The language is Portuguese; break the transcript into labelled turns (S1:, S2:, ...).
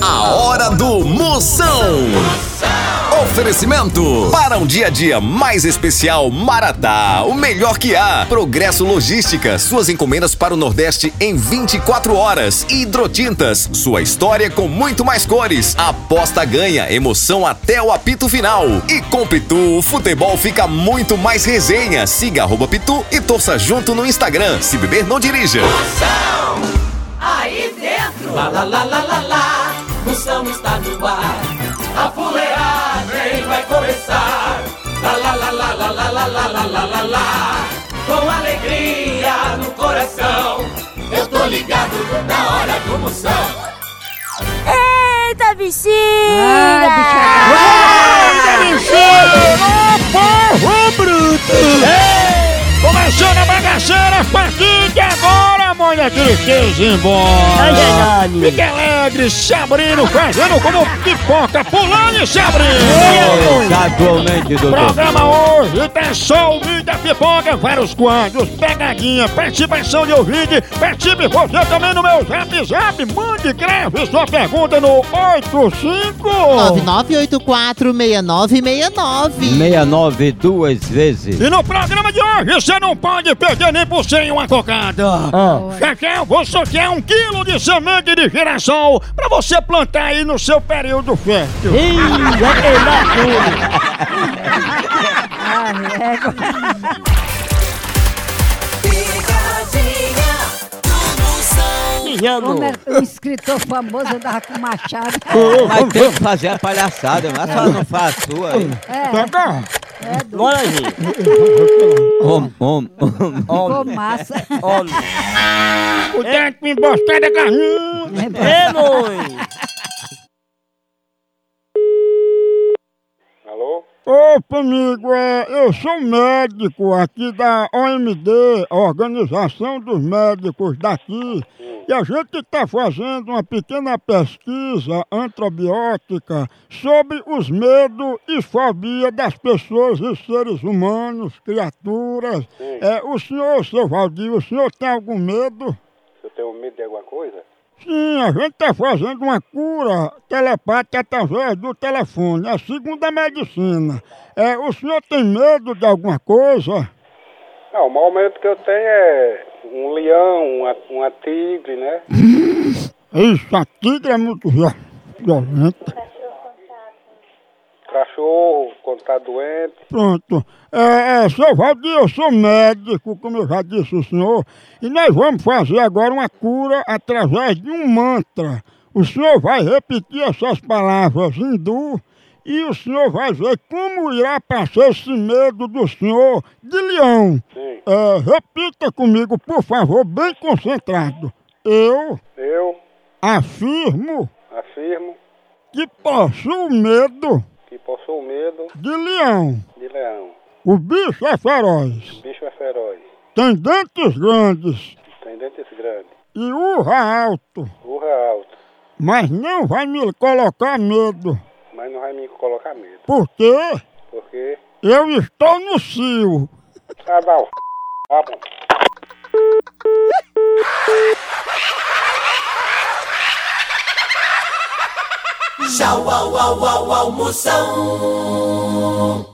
S1: A hora do Moção. Oferecimento para um dia a dia mais especial Maratá, o melhor que há. Progresso Logística, suas encomendas para o Nordeste em 24 horas. Hidrotintas, sua história com muito mais cores. Aposta ganha, emoção até o apito final. E com Pitu, o futebol fica muito mais resenha. Siga arroba Pitu e torça junto no Instagram. Se beber, não dirija.
S2: Aí dentro, lá lá lá lá lá lá, moção está no ar. A fuleagem vai começar. Lá lá lá lá lá lá lá lá lá lá lá lá. Com alegria no coração, eu tô ligado na hora do moção.
S3: Eita, bexiga!
S4: Ah,
S5: Porro bruto! Começando a bagaceira a partir de agora, molha tristeza
S3: Ai,
S5: embora!
S3: ai, ai.
S5: Fique alegre, se abrindo, fazendo como pipoca, pulando e se abrindo!
S6: Atualmente, doutor.
S5: Programa hoje tá só o vídeo da pipoca, vários quadros, pegadinha, participação de ouvinte, participe você também no meu zap zap, mande grave sua pergunta no 85...
S7: 99846969.
S6: 69 duas vezes.
S5: E no programa de hoje você não pode perder nem por cem uma cocada.
S3: Ah.
S5: Cacau, você quer um quilo de semente de girassol pra você plantar aí no seu período fértil.
S2: Picadinha do moção.
S4: Como é que um escritor famoso andava com machado?
S6: Mas tem que fazer a palhaçada, mas a senhora não faz a sua aí.
S5: tá
S4: É, é do
S7: Bora, gente.
S6: Om, om, om.
S4: Ficou massa.
S7: Homem.
S5: Cuidado com emboscada carrinho.
S7: É, mãe.
S5: Opa, amigo, é, eu sou médico aqui da OMD, a Organização dos Médicos daqui, e a gente está fazendo uma pequena pesquisa antrobiótica sobre os medos e fobia das pessoas e seres humanos, criaturas. É, o senhor, seu Valdir, o senhor tem algum medo?
S8: Se eu tenho medo de alguma coisa?
S5: Sim, a gente está fazendo uma cura telepática através do telefone, é a segunda medicina. É, o senhor tem medo de alguma coisa?
S8: Não, o maior medo que eu tenho é um leão, uma, uma tigre, né?
S5: Isso, a tigre é muito vi- violenta.
S8: Cachorro, quando tá doente.
S5: Pronto. É, é, seu Valdir, eu sou médico, como eu já disse ao senhor, e nós vamos fazer agora uma cura através de um mantra. O senhor vai repetir essas palavras hindu e o senhor vai ver como irá passar esse medo do senhor de leão.
S8: Sim.
S5: É, repita comigo, por favor, bem concentrado. Eu
S8: Eu
S5: afirmo
S8: afirmo
S5: que possuo medo
S8: que possuo medo
S5: de leão.
S8: de leão.
S5: O bicho é feroz,
S8: Bicho é feroz.
S5: tem dentes grandes
S8: Tem dentes grandes.
S5: e urra alto,
S8: Urra alto.
S5: mas não vai me colocar medo,
S8: Mas não vai me colocar medo.
S5: porque
S8: Porque.
S5: eu estou no cio.
S8: Ah, dá o. Ah, bom.
S2: Tchau, au, au, au, almoção.